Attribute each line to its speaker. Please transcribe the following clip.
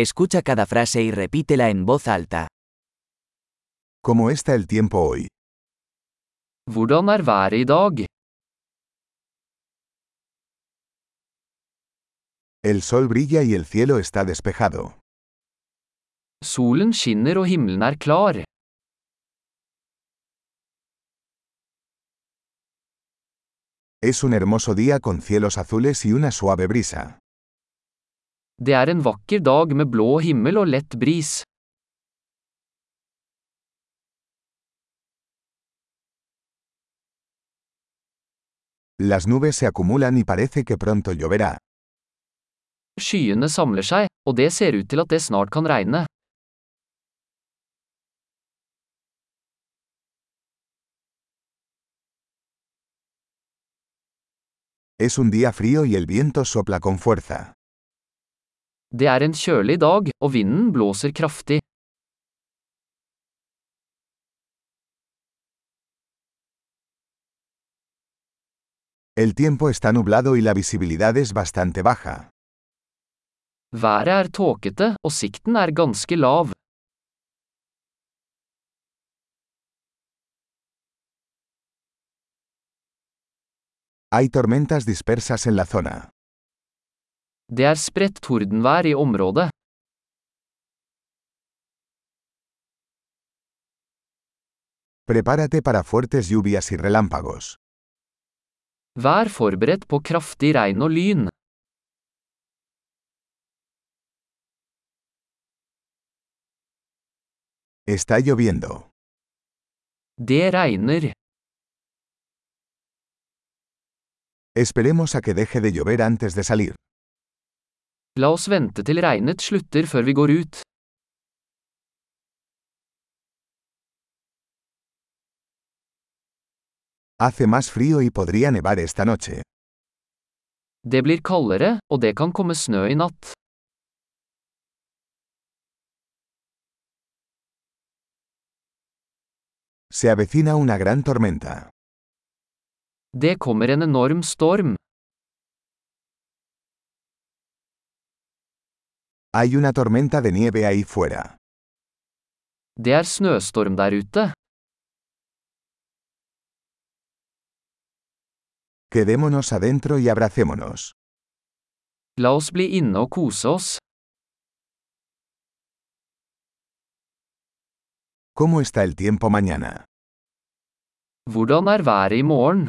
Speaker 1: Escucha cada frase y repítela en voz alta.
Speaker 2: ¿Cómo está el tiempo hoy?
Speaker 3: Hvordan er været i dag?
Speaker 2: El sol brilla y el cielo está despejado.
Speaker 3: Solen skinner og himmelen er klar.
Speaker 2: Es un hermoso día con cielos azules y una suave brisa.
Speaker 3: Det er en vakker dag med blå himmel og lett bris.
Speaker 2: Las nubes se acumulan y parece que pronto lloverá.
Speaker 3: Skyene samler seg, og det ser ut til at det snart kan regne.
Speaker 2: Es un día frío y el viento sopla con fuerza.
Speaker 3: Det er en kjølig dag, og vinden blåser kraftig.
Speaker 2: El tiempo está nublado y la visibilidad es bastante baja.
Speaker 3: Været er tåkete, og sikten er ganske lav.
Speaker 2: Hay tormentas dispersas en la zona.
Speaker 3: Det er spredt tordenvær i området.
Speaker 2: Prepárate para fuertes lluvias y relámpagos.
Speaker 3: Vær forberedt på kraftig regn og lyn.
Speaker 2: Está lloviendo.
Speaker 3: Det regner.
Speaker 2: Esperemos a que deje de llover antes de salir.
Speaker 3: La oss vente til regnet slutter før vi går ut.
Speaker 2: Hace más frío y podría nevar esta noche.
Speaker 3: Det blir kaldere, og det kan komme snø i natt.
Speaker 2: Se avecina una gran tormenta.
Speaker 3: Det kommer en enorm storm.
Speaker 2: Hay una tormenta de nieve ahí fuera.
Speaker 3: Det er snøstorm der ute.
Speaker 2: Quedémonos adentro y abracémonos.
Speaker 3: La oss bli inne og kose oss.
Speaker 2: ¿Cómo está el tiempo mañana?
Speaker 3: Hvordan er været i morgen?